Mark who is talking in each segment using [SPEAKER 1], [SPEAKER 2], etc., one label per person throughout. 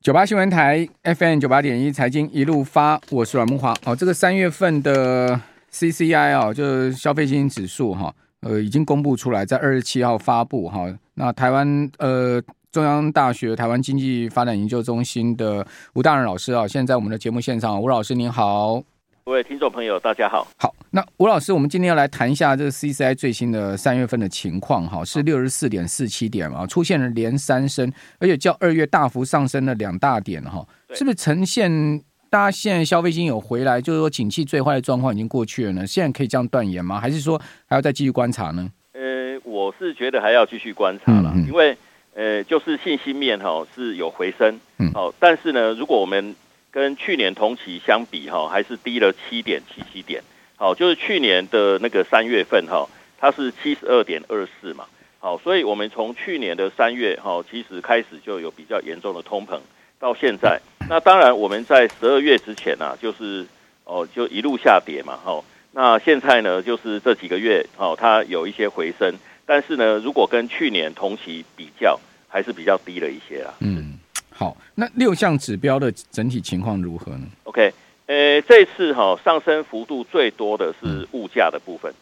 [SPEAKER 1] 九八新闻台 FM 九八点一财经一路发，我是阮木华。哦，这个三月份的 CCI 哦，就是消费信心指数哈、呃，已经公布出来，在二十七号发布哈、那台湾呃中央大学台湾经济发展研究中心的吴大仁老师啊、现在在我们的节目现场，吴老师您好。
[SPEAKER 2] 各位听众朋友，大家好。
[SPEAKER 1] 好，那吴老师，我们今天要来谈一下这个 CCI 最新的三月份的情况哈，是六十四点四七点嘛，啊出现了连三升，而且较二月大幅上升了两大点哈，
[SPEAKER 2] 对
[SPEAKER 1] 是不是呈现大家现在消费金有回来，就是说景气最坏的状况已经过去了呢？现在可以这样断言吗？还是说还要再继续观察呢？
[SPEAKER 2] 呃，我是觉得还要继续观察了，
[SPEAKER 1] 嗯嗯
[SPEAKER 2] 因为呃，就是信心面哈、是有回升，
[SPEAKER 1] 嗯
[SPEAKER 2] 哦，但是呢，如果我们跟去年同期相比哈、还是低了七点七七点，好、就是去年的那个三月份哈、它是七十二点二四嘛，好、所以我们从去年的三月哈、其实开始就有比较严重的通膨，到现在，那当然我们在十二月之前呢、啊，就是哦，就一路下跌嘛，哦。那现在呢，就是这几个月哦，它有一些回升，但是呢，如果跟去年同期比较，还是比较低了一些啦。
[SPEAKER 1] 嗯，好，那六项指标的整体情况如何呢？
[SPEAKER 2] OK，呃，这次哈、上升幅度最多的
[SPEAKER 1] 嗯
[SPEAKER 2] 是物价的部分，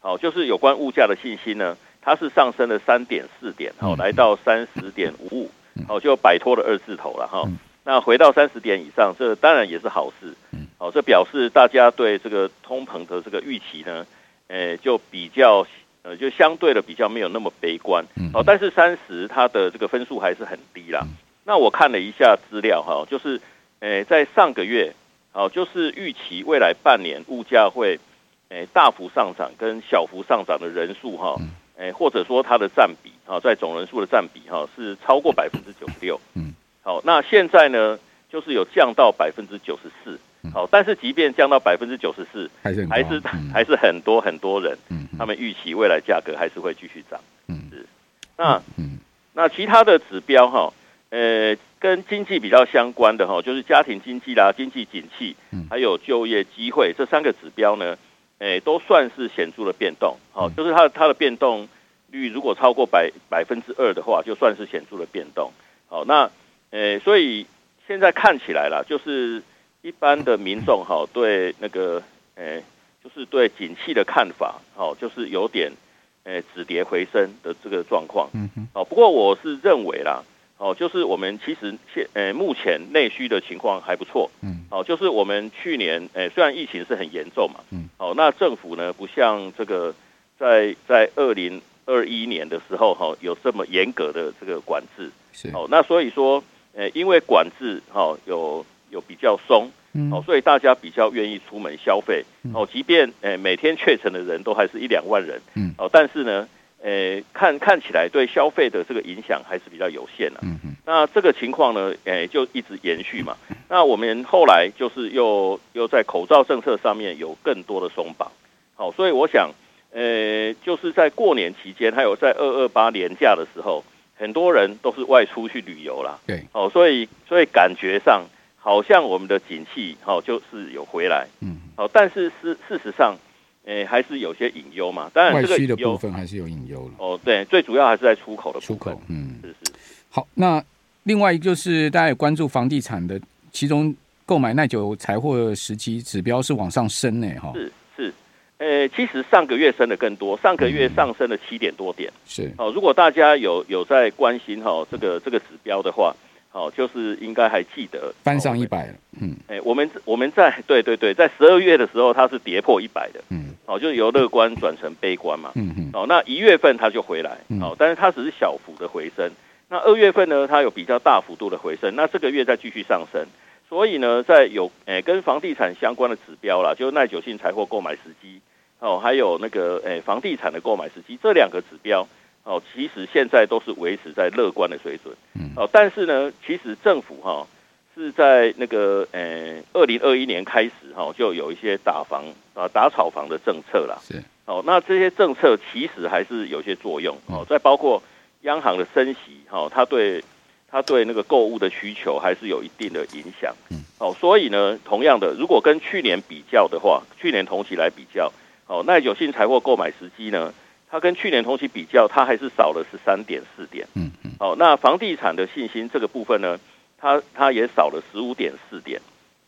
[SPEAKER 2] 好、就是有关物价的信心呢，它是上升了三点四点，好、
[SPEAKER 1] 嗯
[SPEAKER 2] 来到三十点五五，好，就摆脱了二字头了哈、
[SPEAKER 1] 嗯
[SPEAKER 2] 那回到三十点以上，这当然也是好事
[SPEAKER 1] 嗯，
[SPEAKER 2] 好、这表示大家对这个通膨的这个预期呢，呃，就比较呃，就相对的比较没有那么悲观，
[SPEAKER 1] 嗯
[SPEAKER 2] 好、哦但是三十它的这个分数还是很低啦。那我看了一下资料哈、就是诶、在上个月，好、就是预期未来半年物价会诶、大幅上涨跟小幅上涨的人数哈、
[SPEAKER 1] 嗯
[SPEAKER 2] 诶、或者说它的占比哈、在总人数的占比哈、是超过百分之九十六。
[SPEAKER 1] 嗯，
[SPEAKER 2] 好、那现在呢，就是有降到百分之九十四。好、但是即便降到百分之九十四，
[SPEAKER 1] 还嗯是很高
[SPEAKER 2] 还是
[SPEAKER 1] 嗯
[SPEAKER 2] 还是很多很多人，
[SPEAKER 1] 嗯
[SPEAKER 2] 他们预期未来价格还是会继续涨。
[SPEAKER 1] 嗯
[SPEAKER 2] 是。那
[SPEAKER 1] 嗯
[SPEAKER 2] 那其他的指标哈，呃，跟经济比较相关的哈，就是家庭经济啦、经济景气
[SPEAKER 1] 嗯，
[SPEAKER 2] 还有就业机会这三个指标呢，诶、都算是显著的变动。好、就是它的它的变动率如果超过百百分之二的话，就算是显著的变动。好，那呃，所以现在看起来啦，就是一般的民众哈，对那个呃，就是对景气的看法，哦，就是有点呃止跌回升的这个状况。
[SPEAKER 1] 嗯哼
[SPEAKER 2] 哦，不过我是认为啦，哦，就是我们其实现呃目前内需的情况还不错，
[SPEAKER 1] 嗯
[SPEAKER 2] 哦，就是我们去年呃虽然疫情是很严重嘛，
[SPEAKER 1] 嗯，
[SPEAKER 2] 哦，那政府呢不像这个在在二零二一年的时候哈、哦、有这么严格的这个管制，
[SPEAKER 1] 是
[SPEAKER 2] 哦，那所以说呃因为管制哈、哦、有有比较松，
[SPEAKER 1] 嗯
[SPEAKER 2] 哦，所以大家比较愿意出门消费。哦，即便呃每天确诊的人都还是一两万人，
[SPEAKER 1] 嗯
[SPEAKER 2] 哦，但是呢，呃，看看起来对消费的这个影响还是比较有限的、
[SPEAKER 1] 嗯嗯
[SPEAKER 2] 那这个情况呢，呃，就一直延续嘛。那我们后来就是又又在口罩政策上面有更多的松绑，好、所以我想，呃，就是在过年期间，还有在二二八年假的时候，很多人都是外出去旅游啦，
[SPEAKER 1] 对，
[SPEAKER 2] 哦，所以所以感觉上好像我们的景气，哦，就是有回来。
[SPEAKER 1] 嗯
[SPEAKER 2] 好，但是事事实上，诶、还是有些隐忧嘛。当然，
[SPEAKER 1] 外
[SPEAKER 2] 这个
[SPEAKER 1] 需的
[SPEAKER 2] 隐
[SPEAKER 1] 部
[SPEAKER 2] 忧
[SPEAKER 1] 分还是有隐忧了，
[SPEAKER 2] 哦，对，最主要还是在出口的部
[SPEAKER 1] 出
[SPEAKER 2] 分
[SPEAKER 1] 口嗯。
[SPEAKER 2] 是是，
[SPEAKER 1] 好，那另外一个就是大家也关注房地产的，其中购买耐久财货时期指标是往上升呢，哈，
[SPEAKER 2] 是是，诶、其实上个月升的更多，上个
[SPEAKER 1] 嗯
[SPEAKER 2] 月上升了七点多点。
[SPEAKER 1] 是，
[SPEAKER 2] 哦，如果大家有有在关心哈、这个这个指标的话，哦，就是应该还记得
[SPEAKER 1] 翻上一
[SPEAKER 2] 百。
[SPEAKER 1] 百了，嗯
[SPEAKER 2] 诶、我们我们在对对对，在十二月的时候它是跌破一百的，
[SPEAKER 1] 嗯
[SPEAKER 2] 哦，就是由乐观转成悲观嘛。
[SPEAKER 1] 嗯嗯
[SPEAKER 2] 哦，那一月份它就回来
[SPEAKER 1] 嗯，
[SPEAKER 2] 哦，但是它只是小幅的回升。那二月份呢，它有比较大幅度的回升，那这个月再继续上升。所以呢，在有诶、跟房地产相关的指标啦，就是耐久性财货购买时机，哦，还有那个诶、房地产的购买时机，这两个指标哦，其实现在都是维持在乐观的水准
[SPEAKER 1] 嗯。
[SPEAKER 2] 哦，但是呢，其实政府哈、是在那个诶二零二一年开始哈、就有一些打房啊打炒房的政策啦。
[SPEAKER 1] 是，
[SPEAKER 2] 哦，那这些政策其实还是有些作用哦，再包括央行的升息，哦，它对它对那个购物的需求还是有一定的影响，
[SPEAKER 1] 嗯，
[SPEAKER 2] 哦，所以呢，同样的，如果跟去年比较的话，去年同期来比较，哦，耐久性财货购买时机呢，它跟去年同期比较，它还是少了十三点四点，
[SPEAKER 1] 嗯嗯
[SPEAKER 2] 哦，那房地产的信心这个部分呢，它它也少了十五点四点，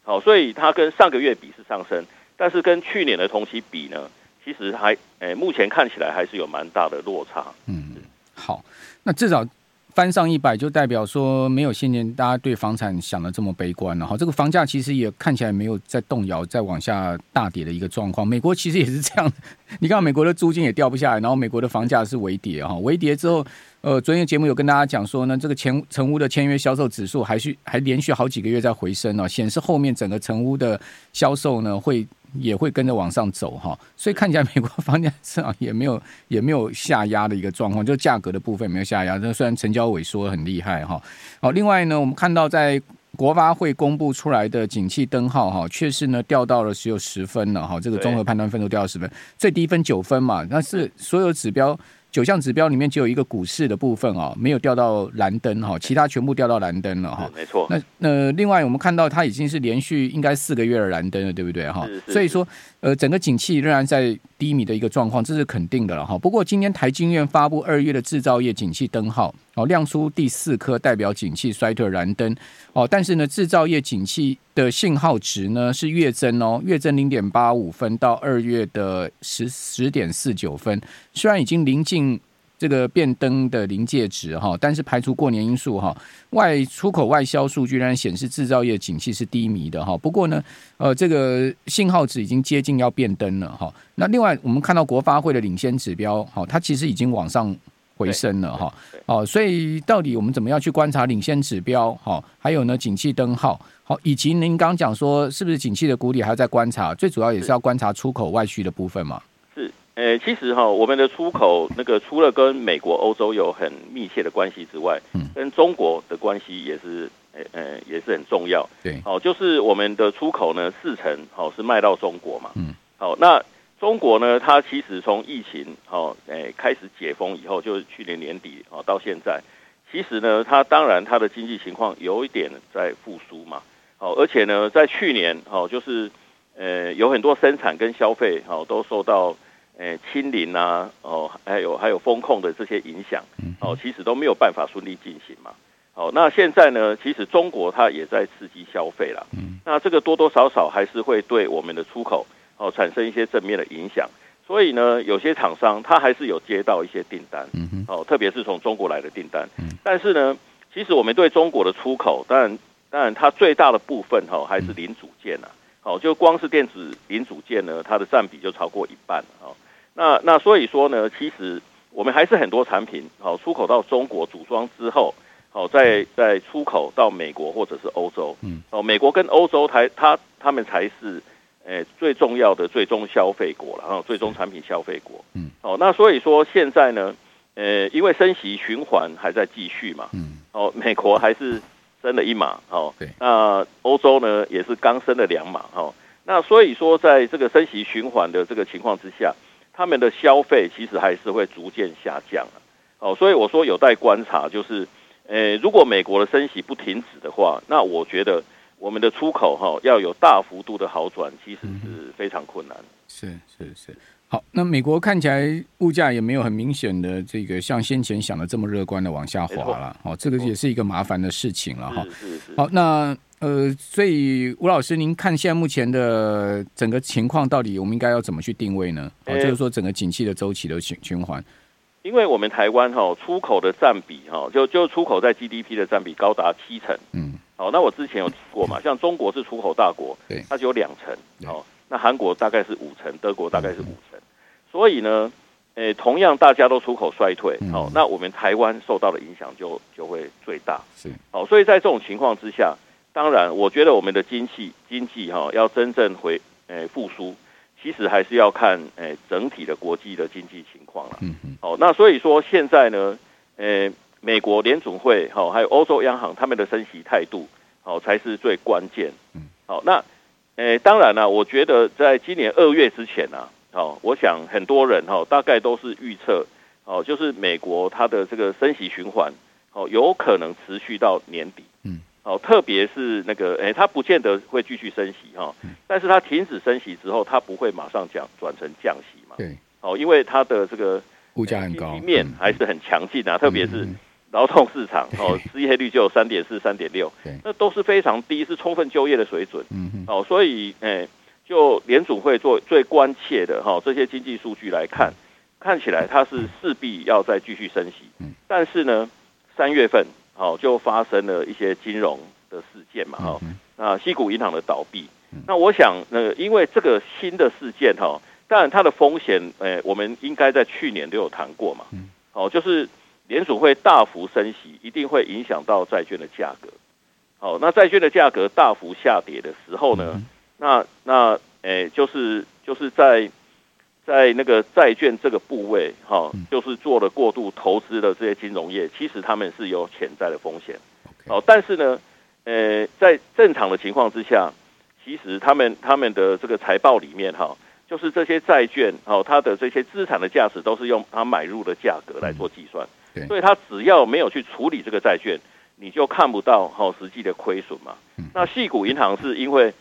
[SPEAKER 2] 好、所以它跟上个月比是上升，但是跟去年的同期比呢，其实还诶目前看起来还是有蛮大的落差。
[SPEAKER 1] 嗯，好，那至少翻上一百，就代表说没有先前大家对房产想的这么悲观了哈。这个房价其实也看起来没有在动摇、再往下大跌的一个状况。美国其实也是这样， 你看美国的租金也掉不下来，然后美国的房价是微跌哈，微跌之后，呃，昨天节目有跟大家讲说呢，这个前成屋的签约销售指数还是还连续好几个月在回升哦，显示后面整个成屋的销售呢会。也会跟着往上走哈，所以看起来美国房价市场也没有也没有下压的一个状况，就价格的部分没有下压。那虽然成交萎缩很厉害哈，好，另外呢，我们看到在国发会公布出来的景气灯号哈，确实呢掉到了只有十分了哈，这个
[SPEAKER 2] 对
[SPEAKER 1] 综合判断分数掉到十分，最低分九分嘛，那是所有指标九项指标里面只有一个股市的部分哦，没有掉到蓝灯哈，其他全部掉到蓝灯了哈
[SPEAKER 2] 是。没错，
[SPEAKER 1] 那呃，另外我们看到它已经是连续应该四个月的蓝灯了，对不对哈
[SPEAKER 2] 是？是
[SPEAKER 1] 所以
[SPEAKER 2] 是
[SPEAKER 1] 说呃，整个景气仍然在低迷的一个状况，这是肯定的了哈。不过今天台经院发布二月的制造业景气灯号，哦，亮出第四颗代表景气衰退的蓝灯哦，但是呢，制造业景气的信号值呢是月增哦，月增零点八五分到二月的十十点四九分，虽然已经临近。这个变灯的临界值哈，但是排除过年因素哈，外出口外销数据仍然显示制造业景气是低迷的哈。不过呢，呃，这个信号值已经接近要变灯了哈。那另外，我们看到国发会的领先指标，哈，它其实已经往上回升了哈
[SPEAKER 2] 对。
[SPEAKER 1] 哦，所以到底我们怎么样去观察领先指标？哈，还有呢，景气灯号，好，以及您刚讲说是不是景气的谷底还要再观察，最主要也是要观察出口外需的部分嘛。
[SPEAKER 2] 是，呃，其实哈，我们的出口那个除了跟美国、欧洲有很密切的关系之外，
[SPEAKER 1] 嗯
[SPEAKER 2] 跟中国的关系也是，呃呃，也是很重要。
[SPEAKER 1] 对
[SPEAKER 2] 好、就是我们的出口呢，四成好、是卖到中国嘛，
[SPEAKER 1] 嗯，
[SPEAKER 2] 好、那中国呢，它其实从疫情好，诶、开始解封以后，就是去年年底好、到现在，其实呢，它当然它的经济情况有一点在复苏嘛，好、而且呢，在去年好、就是呃有很多生产跟消费好、都受到呃清零啊，哦，还有还有风控的这些影响，哦，其实都没有办法顺利进行嘛。哦，那现在呢，其实中国它也在刺激消费啦，
[SPEAKER 1] 嗯，
[SPEAKER 2] 那这个多多少少还是会对我们的出口哦产生一些正面的影响。所以呢，有些厂商他还是有接到一些订单，
[SPEAKER 1] 嗯哼，
[SPEAKER 2] 哦，特别是从中国来的订单
[SPEAKER 1] 嗯。
[SPEAKER 2] 但是呢，其实我们对中国的出口，当然，当然它最大的部分哈、哦、还
[SPEAKER 1] 嗯
[SPEAKER 2] 是零组件啊，哦，就光是电子零组件呢，它的占比就超过一半哦。那那所以说呢，其实我们还是很多产品哦出口到中国组装之后。哦，再再出口到美国或者是欧洲，
[SPEAKER 1] 嗯，
[SPEAKER 2] 哦，美国跟欧洲才它他们才是，诶、最重要的最终消费国了，然、哦后最终产品消费国，
[SPEAKER 1] 嗯，
[SPEAKER 2] 哦，那所以说现在呢，呃，因为升息循环还在继续嘛，
[SPEAKER 1] 嗯，
[SPEAKER 2] 哦， 美国还是升了一码，哦，
[SPEAKER 1] 对
[SPEAKER 2] 那欧洲呢也是刚升了两码，哦，那所以说在这个升息循环的这个情况之下，他们的消费其实还是会逐渐下降啊哦，所以我说有待观察，就是，呃，如果美国的升息不停止的话，那我觉得我们的出口哈、哦要有大幅度的好转，其实
[SPEAKER 1] 嗯
[SPEAKER 2] 是非常困难的。
[SPEAKER 1] 是是是。好，那美国看起来物价也没有很明显的这个像先前想的这么乐观的往下
[SPEAKER 2] 没
[SPEAKER 1] 滑
[SPEAKER 2] 错
[SPEAKER 1] 了，哦，这个也是一个麻烦的事情了哈。
[SPEAKER 2] 是是是，
[SPEAKER 1] 好，那呃，所以吴老师，您看现在目前的整个情况，到底我们应该要怎么去定位呢？哦，
[SPEAKER 2] 呃
[SPEAKER 1] 就是说整个景气的周期的循循环，
[SPEAKER 2] 因为我们台湾哈、出口的占比哈、就就出口在 GDP 的占比高达七成。
[SPEAKER 1] 嗯，
[SPEAKER 2] 好、那我之前有提过嘛，像中国是出口大国，
[SPEAKER 1] 对
[SPEAKER 2] 它只有两成。
[SPEAKER 1] 对嗯
[SPEAKER 2] 哦，那韩国大概是五成，德国大概是五成。所以呢，诶，同样大家都出口衰退，
[SPEAKER 1] 嗯
[SPEAKER 2] 哦，那我们台湾受到的影响就就会最大。
[SPEAKER 1] 是，
[SPEAKER 2] 好、所以在这种情况之下，当然，我觉得我们的经济经济哈、要真正回诶复苏，其实还是要看诶整体的国际的经济情况啦。
[SPEAKER 1] 嗯嗯
[SPEAKER 2] 哦，那所以说现在呢，呃，美国联总会哈、哦，还有欧洲央行他们的升息态度，哦，才是最关键。
[SPEAKER 1] 嗯，
[SPEAKER 2] 好、那呃，当然了、我觉得在今年二月之前啊，哦，我想很多人哈、哦，大概都是预测，哦，就是美国它的这个升息循环，哦，有可能持续到年底。
[SPEAKER 1] 嗯，
[SPEAKER 2] 哦，特别是那个，呃诶，它不见得会继续升息哈、哦，
[SPEAKER 1] 嗯
[SPEAKER 2] 但是它停止升息之后，它不会马上降转成降息嘛？
[SPEAKER 1] 对，
[SPEAKER 2] 哦，因为它的这个
[SPEAKER 1] 物价很高，
[SPEAKER 2] 经济面
[SPEAKER 1] 嗯
[SPEAKER 2] 还是很强劲啊，特别是
[SPEAKER 1] 嗯
[SPEAKER 2] 劳动市场哦，失业率就有三点四、三点六
[SPEAKER 1] 对，
[SPEAKER 2] 那都是非常低，是充分就业的水准。
[SPEAKER 1] 嗯哼，
[SPEAKER 2] 哦，所以诶、就联储会做最关切的哈、这些经济数据来看，看起来它是势必要再继续升息。
[SPEAKER 1] 嗯
[SPEAKER 2] 但是呢，三月份哦就发生了一些金融的事件嘛哦哈、
[SPEAKER 1] 嗯
[SPEAKER 2] 那啊西谷银行的倒闭
[SPEAKER 1] 嗯。
[SPEAKER 2] 那我想，呃，因为这个新的事件哈、当然它的风险，呃，我们应该在去年都有谈过嘛
[SPEAKER 1] 嗯。
[SPEAKER 2] 哦，就是联储会大幅升息，一定会影响到债券的价格。好、那债券的价格大幅下跌的时候呢，
[SPEAKER 1] 嗯
[SPEAKER 2] 那那诶、就是就是在在那个债券这个部位哈、
[SPEAKER 1] 嗯
[SPEAKER 2] 就是做了过度投资的这些金融业，其实他们是有潜在的风险。
[SPEAKER 1] ，OK，
[SPEAKER 2] 哦，但是呢，呃，在正常的情况之下，其实他们他们的这个财报里面哈、就是这些债券哦，它的这些资产的价值都是用它买入的价格来做计算，
[SPEAKER 1] 对
[SPEAKER 2] 所以它只要没有去处理这个债券，你就看不到哈、哦、实际的亏损嘛。
[SPEAKER 1] 嗯
[SPEAKER 2] 那细股银行是因为。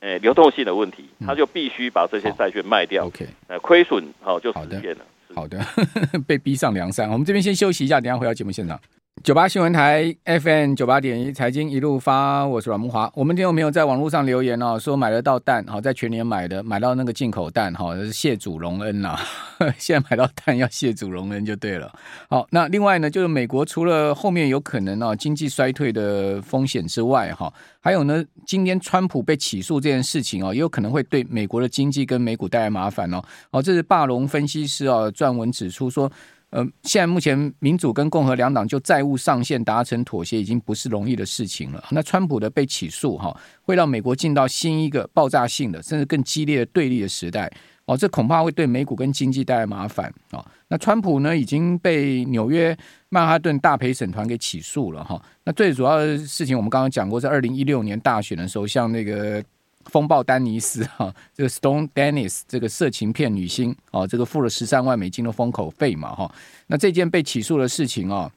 [SPEAKER 2] 呃，流动性的问题，
[SPEAKER 1] 嗯
[SPEAKER 2] 它就必须把这些
[SPEAKER 1] 好
[SPEAKER 2] 债券卖掉，
[SPEAKER 1] OK，
[SPEAKER 2] 呃，亏损哦就
[SPEAKER 1] 好
[SPEAKER 2] 实
[SPEAKER 1] 的
[SPEAKER 2] 现了。是
[SPEAKER 1] 好的， 被逼上梁山。我们这边先休息一下，等一下回到节目现场。九八新闻台 FM 九八点一财经一路发，我是阮木华。我们听众朋友在网络上留言哦，说买得到蛋，好、在全年买的，买到那个进口蛋，好、是谢主隆恩啦、 现在买到蛋要谢主隆恩就对了。好，那另外呢，就是美国除了后面有可能哦经济衰退的风险之外，哈、还有呢，今天川普被起诉这件事情哦，也有可能会对美国的经济跟美股带来麻烦哦。哦，这是霸龙分析师哦撰文指出说，呃，现在目前民主跟共和两党就债务上限达成妥协，已经不是容易的事情了。那川普的被起诉哈、会让美国进到新一个爆炸性的，甚至更激烈的对立的时代。哦，这恐怕会对美股跟经济带来麻烦哦。那川普呢，已经被纽约曼哈顿大陪审团给起诉了哈、那最主要的事情，我们刚刚讲过，在二零一六年大选的时候，像那个风暴丹尼斯 哈、这个 Stone Dennis 这个色情片女星哦，这个付了十三万美金的封口费嘛哈、那这件被起诉的事情哦，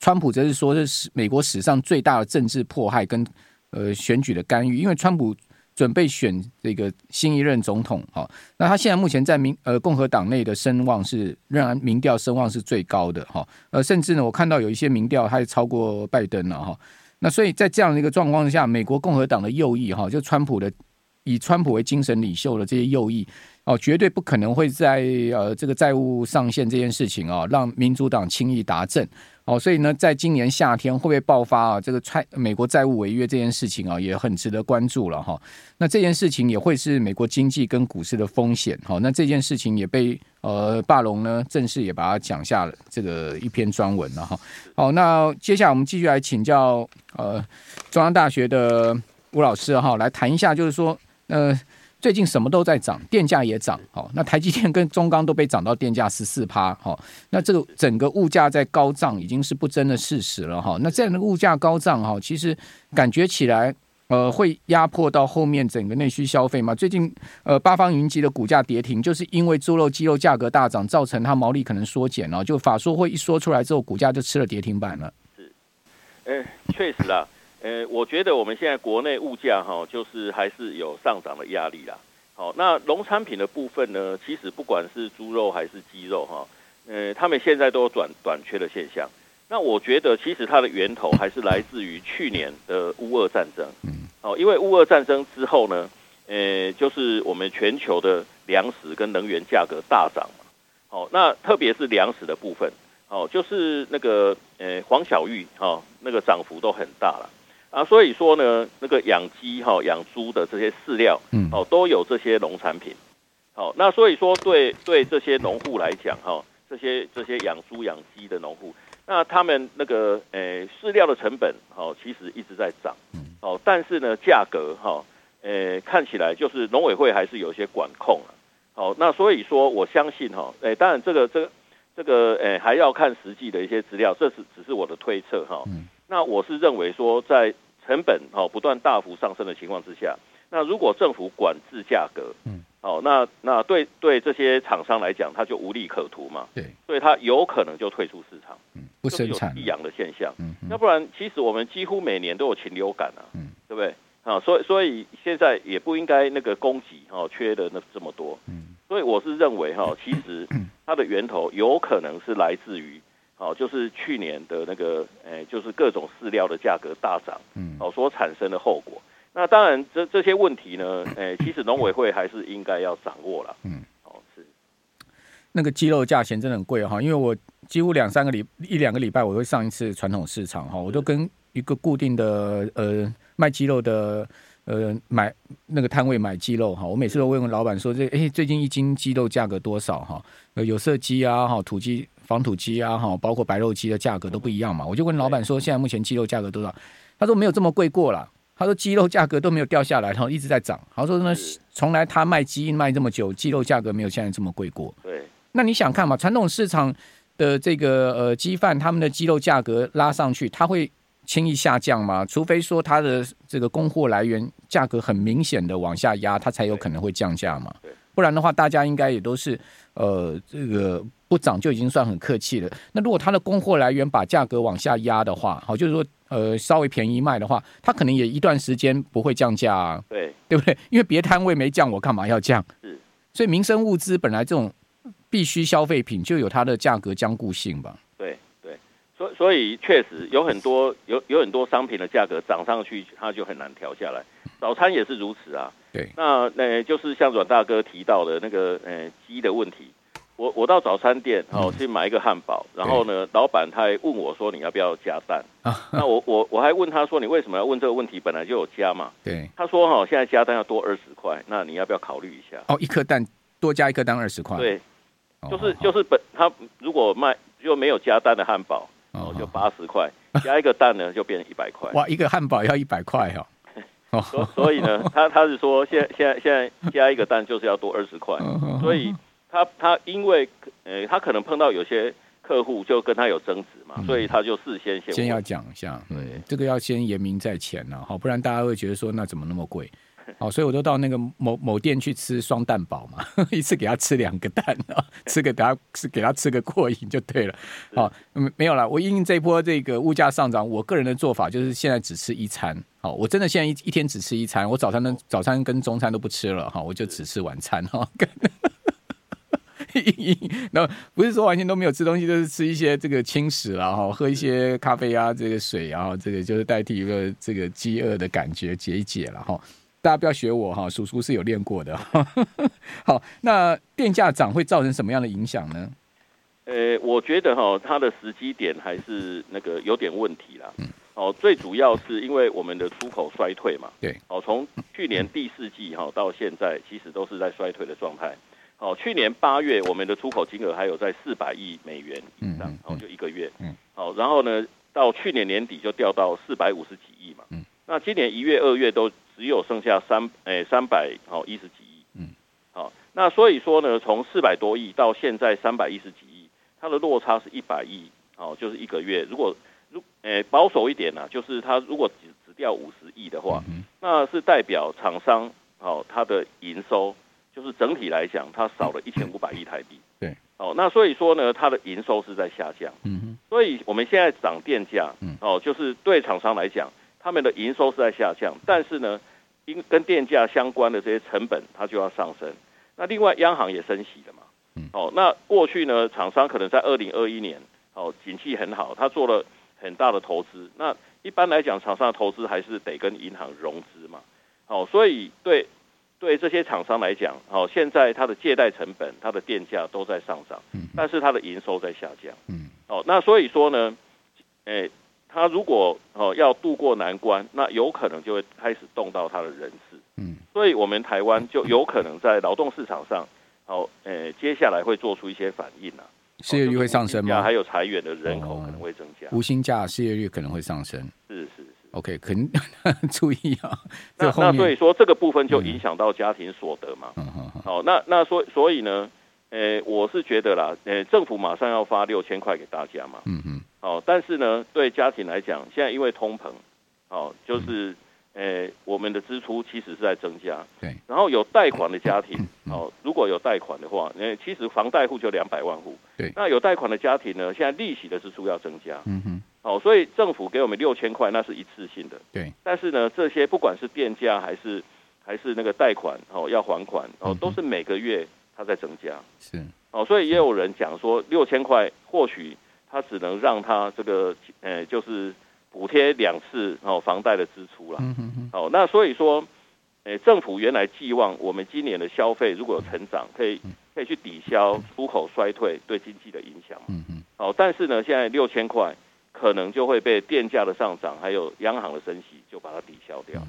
[SPEAKER 1] 川普则是说这是美国史上最大的政治迫害跟呃选举的干预，因为川普准备选这个新一任总统哈、那他现在目前在民呃共和党内的声望是仍然民调声望是最高的哈、呃甚至呢我看到有一些民调他也超过拜登了哈、那所以在这样的一个状况下，美国共和党的右翼哈、就川普的以川普为精神领袖的这些右翼哦，绝对不可能会在呃这个债务上限这件事情哦，让民主党轻易达阵哦。所以呢，在今年夏天会不会爆发啊这个债美国债务违约这件事情啊、也很值得关注了哈、那这件事情也会是美国经济跟股市的风险哈、那这件事情也被呃霸龙呢正式也把它讲下了这个一篇专文了哈。好、那接下来我们继续来请教呃中央大学的吴老师哈、来谈一下，就是说呃。最近什么都在涨，电价也涨，好、那台积电跟中钢都被涨到电价十四趴，好、那这个整个物价在高涨已经是不争的事实了哈、那这样的物价高涨哈、其实感觉起来。呃，会压迫到后面整个内需消费嘛？最近呃，八方云集的股价跌停，就是因为猪肉、鸡肉价格大涨，造成它毛利可能缩减了、就法说会一说出来之后，股价就吃了跌停板了。
[SPEAKER 2] 呃，确实啦，呃，我觉得我们现在国内物价哈、就是还是有上涨的压力啦。好、那农产品的部分呢，其实不管是猪肉还是鸡肉哈、呃，他们现在都有短短缺的现象。那我觉得其实它的源头还是来自于去年的乌俄战争。
[SPEAKER 1] 嗯，
[SPEAKER 2] 哦，因为乌俄战争之后呢，呃，就是我们全球的粮食跟能源价格大涨嘛。哦，那特别是粮食的部分。哦，就是那个呃黄小玉哈、哦，那个涨幅都很大了啊，所以说呢，那个养鸡哈、养猪的这些饲料
[SPEAKER 1] 嗯
[SPEAKER 2] 哦，都有这些农产品。好、那所以说对对这些农户来讲哈、这些这些养猪养鸡的农户，那他们那个呃饲料的成本哦，其实一直在涨
[SPEAKER 1] 嗯
[SPEAKER 2] 哦，但是呢价格哈、呃看起来就是农委会还是有一些管控了、好、那所以说我相信哈、哎，当然这个这个。这个呃还要看实际的一些资料，这是只是我的推测哈。
[SPEAKER 1] 嗯
[SPEAKER 2] 那我是认为说，在成本哈、不断大幅上升的情况之下，那如果政府管制价格，
[SPEAKER 1] 嗯，
[SPEAKER 2] 哦，那那对对这些厂商来讲，他就无利可图嘛，
[SPEAKER 1] 对，
[SPEAKER 2] 所以他有可能就退出市场，
[SPEAKER 1] 嗯，不
[SPEAKER 2] 就是
[SPEAKER 1] 生
[SPEAKER 2] 有
[SPEAKER 1] 产
[SPEAKER 2] 低
[SPEAKER 1] 了，
[SPEAKER 2] 扬的现象。
[SPEAKER 1] 嗯
[SPEAKER 2] 要
[SPEAKER 1] 哼，
[SPEAKER 2] 不然，其实我们几乎每年都有禽流感啊，
[SPEAKER 1] 嗯，
[SPEAKER 2] 对不对？啊，所以所以现在也不应该那个供给哈、哦、缺的那这么多，
[SPEAKER 1] 嗯
[SPEAKER 2] 所以我是认为哈、其实它的源头有可能是来自于哦，就是去年的那个，诶，就是各种饲料的价格大涨，
[SPEAKER 1] 嗯
[SPEAKER 2] 哦，所产生的后果。那当然这，这些问题呢，诶，其实农委会还是应该要掌握了。
[SPEAKER 1] 嗯，
[SPEAKER 2] 哦，是，
[SPEAKER 1] 那个鸡肉价钱真的很贵哦哈，因为我几乎两三个礼一两个礼拜我会上一次传统市场哈，我都跟一个固定的呃卖鸡肉的呃买那个摊位买鸡肉哈，我每次都问老板说这哎最近一斤鸡肉价格多少哈，呃有色鸡啊哈土鸡。防土鸡啊，哈，包括白肉鸡的价格都不一样嘛。我就问老板说，现在目前鸡肉价格多少？他说没有这么贵过了。他说鸡肉价格都没有掉下来，然后一直在涨。他说呢
[SPEAKER 2] 是，
[SPEAKER 1] 从来他卖鸡卖这么久，鸡肉价格没有现在这么贵过。
[SPEAKER 2] 对，
[SPEAKER 1] 那你想看嘛？传统市场的这个呃鸡贩，他们的鸡肉价格拉上去，它会轻易下降吗？除非说它的这个供货来源价格很明显的往下压，它才有可能会降价嘛
[SPEAKER 2] 对。
[SPEAKER 1] 不然的话，大家应该也都是呃这个不涨就已经算很客气了。那如果它的供货来源把价格往下压的话，好，就是说呃稍微便宜卖的话，它可能也一段时间不会降价、啊。
[SPEAKER 2] 对，
[SPEAKER 1] 对不对？因为别摊位没降，我干嘛要降？
[SPEAKER 2] 是，
[SPEAKER 1] 所以民生物资本来这种必需消费品就有它的价格僵固性吧？
[SPEAKER 2] 对，对。所所以确实有很多有有很多商品的价格涨上去，它就很难调下来。早餐也是如此啊。
[SPEAKER 1] 对
[SPEAKER 2] 那呃，就是像阮大哥提到的那个呃鸡的问题，我我到早餐店
[SPEAKER 1] 嗯
[SPEAKER 2] 哦去买一个汉堡，然后呢，老板他还问我说你要不要加蛋？
[SPEAKER 1] 啊，
[SPEAKER 2] 那我我我还问他说你为什么要问这个问题？本来就有加嘛。
[SPEAKER 1] 对，
[SPEAKER 2] 他说哈、哦，现在加蛋要多二十块，那你要不要考虑一下？
[SPEAKER 1] 哦，一颗蛋多加一颗蛋二十块，
[SPEAKER 2] 对，
[SPEAKER 1] 哦，
[SPEAKER 2] 就是就是本他如果卖就没有加蛋的汉堡，
[SPEAKER 1] 哦
[SPEAKER 2] 哦，就八 十块，加一个蛋呢就变一百块。
[SPEAKER 1] 哇，一个汉堡要一百块哦，
[SPEAKER 2] 所
[SPEAKER 1] 哦，
[SPEAKER 2] 所以呢，他他是说现现在现在加一个蛋就是要多二十块，
[SPEAKER 1] 嗯
[SPEAKER 2] 所以他他因为呃他可能碰到有些客户就跟他有争执嘛，所以他就事先先
[SPEAKER 1] 先要
[SPEAKER 2] 问
[SPEAKER 1] 讲一下，
[SPEAKER 2] 对
[SPEAKER 1] 嗯，这个要先言明在前呐、好，不然大家会觉得说那怎么那么贵？好，所以我都到那个某某店去吃双蛋堡嘛， 一次给他吃两个蛋啊，吃个给他吃给他吃个过瘾就对了。好，嗯，没有啦，我因应这波这个物价上涨，我个人的做法就是现在只吃一餐。好，我真的现在一一天只吃一餐，我早餐跟早餐跟中餐都不吃了哈，我就只吃晚餐哈。跟 然后不是说完全都没有吃东西，就是吃一些这个轻食啦，哈，喝一些咖啡啊，这个水啊，这个就是代替一个这个饥饿的感觉解一解了哈。大家不要学我哈，叔叔是有练过的。 好，那电价涨会造成什么样的影响呢？
[SPEAKER 2] 呃，我觉得哈、它的时机点还是那个有点问题
[SPEAKER 1] 嗯
[SPEAKER 2] 啦。哦，最主要是因为我们的出口衰退嘛。
[SPEAKER 1] 对。
[SPEAKER 2] 哦，从去年第四季哈、到现在，其实都是在衰退的状态。哦，去年八月我们的出口金额还有在四百亿美元以
[SPEAKER 1] 嗯，
[SPEAKER 2] 上
[SPEAKER 1] 嗯
[SPEAKER 2] 哦，就一个月。
[SPEAKER 1] 嗯。
[SPEAKER 2] 哦，然后呢，到去年年底就掉到四百五十几亿嘛。
[SPEAKER 1] 嗯。
[SPEAKER 2] 那今年一月、二月都只有剩下三诶三百哦一十几亿。
[SPEAKER 1] 嗯。
[SPEAKER 2] 好、那所以说呢，从四百多亿到现在三百一十几亿，它的落差是一百亿，哦，就是一个月。如果如诶保守一点呢、啊就是它如果只只掉五十亿的话，
[SPEAKER 1] 嗯
[SPEAKER 2] 那是代表厂商哦它的营收就是整体来讲它少了一千五百亿台币。
[SPEAKER 1] 对。
[SPEAKER 2] 哦，那所以说呢，它的营收是在下降，
[SPEAKER 1] 嗯哼，
[SPEAKER 2] 所以我们现在涨电价
[SPEAKER 1] 嗯，
[SPEAKER 2] 哦，就是对厂商来讲，他们的营收是在下降，但是呢，因跟电价相关的这些成本，它就要上升。那另外，央行也升息了嘛
[SPEAKER 1] 嗯，
[SPEAKER 2] 哦，那过去呢，厂商可能在二零二一年，哦，景气很好，他做了很大的投资。那一般来讲，厂商的投资还是得跟银行融资嘛，哦，所以对对这些厂商来讲，哦，现在它的借贷成本、它的电价都在上涨
[SPEAKER 1] 嗯，
[SPEAKER 2] 但是它的营收在下降。
[SPEAKER 1] 嗯，
[SPEAKER 2] 哦，那所以说呢，诶、他如果哦要渡过难关，那有可能就会开始动到他的人事。
[SPEAKER 1] 嗯，
[SPEAKER 2] 所以我们台湾就有可能在劳动市场上，哦，诶、接下来会做出一些反应啊，
[SPEAKER 1] 失业率会上升
[SPEAKER 2] 哦就是无薪假
[SPEAKER 1] 吗哦
[SPEAKER 2] 还？有裁员的人口可能会增加。
[SPEAKER 1] 无薪假失业率可能会上升。
[SPEAKER 2] 是是是。
[SPEAKER 1] OK，肯 注意啊，这
[SPEAKER 2] 那
[SPEAKER 1] 后
[SPEAKER 2] 那所
[SPEAKER 1] 面
[SPEAKER 2] 以说这个部分就影响到家庭所得嘛。
[SPEAKER 1] 嗯哼哼
[SPEAKER 2] 好、那那所所以呢，诶、我是觉得啦，诶、政府马上要发六千块给大家嘛。
[SPEAKER 1] 嗯嗯
[SPEAKER 2] 哦，但是呢，对家庭来讲，现在因为通膨，哦，就是，呃，我们的支出其实是在增加。
[SPEAKER 1] 对。
[SPEAKER 2] 然后有贷款的家
[SPEAKER 1] 嗯
[SPEAKER 2] 庭，哦，如果有贷款的话，呃，其实房贷户就两百万户。
[SPEAKER 1] 对
[SPEAKER 2] 那有贷款的家庭呢，现在利息的支出要增加。
[SPEAKER 1] 嗯哼，
[SPEAKER 2] 哦，所以政府给我们六千块，那是一次性的。
[SPEAKER 1] 对。
[SPEAKER 2] 但是呢，这些不管是电价还是还是那个贷款哦，要还款
[SPEAKER 1] 嗯
[SPEAKER 2] 哦
[SPEAKER 1] 哼，
[SPEAKER 2] 都是每个月它在增加。
[SPEAKER 1] 是
[SPEAKER 2] 哦，所以也有人讲说，六千块或许它只能让它这个呃就是补贴两次哦房贷的支出啦。
[SPEAKER 1] 嗯哼哼，
[SPEAKER 2] 哦，那所以说，诶，政府原来寄望我们今年的消费如果有成长，可以
[SPEAKER 1] 嗯
[SPEAKER 2] 可以去抵消出口衰退对经济的影响。
[SPEAKER 1] 嗯哼，
[SPEAKER 2] 哦，但是呢，现在六千块可能就会被电价的上涨，还有央行的升息，就把它抵消
[SPEAKER 1] 嗯
[SPEAKER 2] 掉。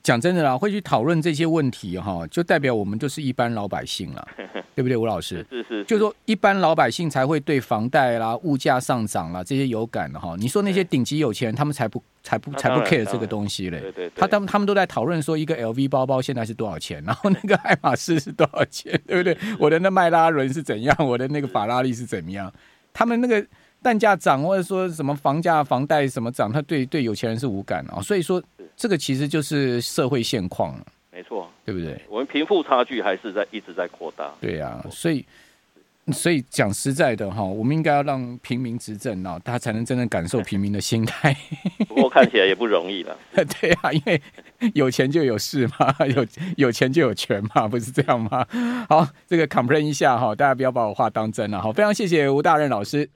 [SPEAKER 1] 讲真的啦，会去讨论这些问题哈，就代表我们就是一般老百姓 了，对不对，吴老师？
[SPEAKER 2] 是是，
[SPEAKER 1] 就是说一般老百姓才会对房贷啦、物价上涨啦这些有感的哈。你说那些
[SPEAKER 2] 对
[SPEAKER 1] 顶级有钱人，他们才不才不
[SPEAKER 2] 那
[SPEAKER 1] 才不
[SPEAKER 2] 当然
[SPEAKER 1] care
[SPEAKER 2] 当
[SPEAKER 1] 这个
[SPEAKER 2] 然
[SPEAKER 1] 东西嘞。
[SPEAKER 2] 对对对，
[SPEAKER 1] 他他们他们都在讨论说一个 LV 包包现在是多少钱，然 后那个爱马仕是多少钱， 对不对？我的那迈拉伦是怎样，我的那个法拉利是怎么样？他们那个蛋价涨或者说什么房价、房贷什么涨，他对对有钱人是无感啊、哦。所以说
[SPEAKER 2] 是
[SPEAKER 1] 这个其实就是社会现况了，
[SPEAKER 2] 没错，
[SPEAKER 1] 对不对？
[SPEAKER 2] 我们贫富差距还是在一直在扩大。
[SPEAKER 1] 对呀、所以所以讲实在的哈、我们应该要让平民执政啊、他才能真正感受平民的心态。
[SPEAKER 2] 不过看起来也不容易了。
[SPEAKER 1] 对啊，因为有钱就有势嘛， 有有钱就有权嘛，不是这样吗？好，这个 complain 一下哈，大家不要把我话当真了、好，非常谢谢吴大任老师。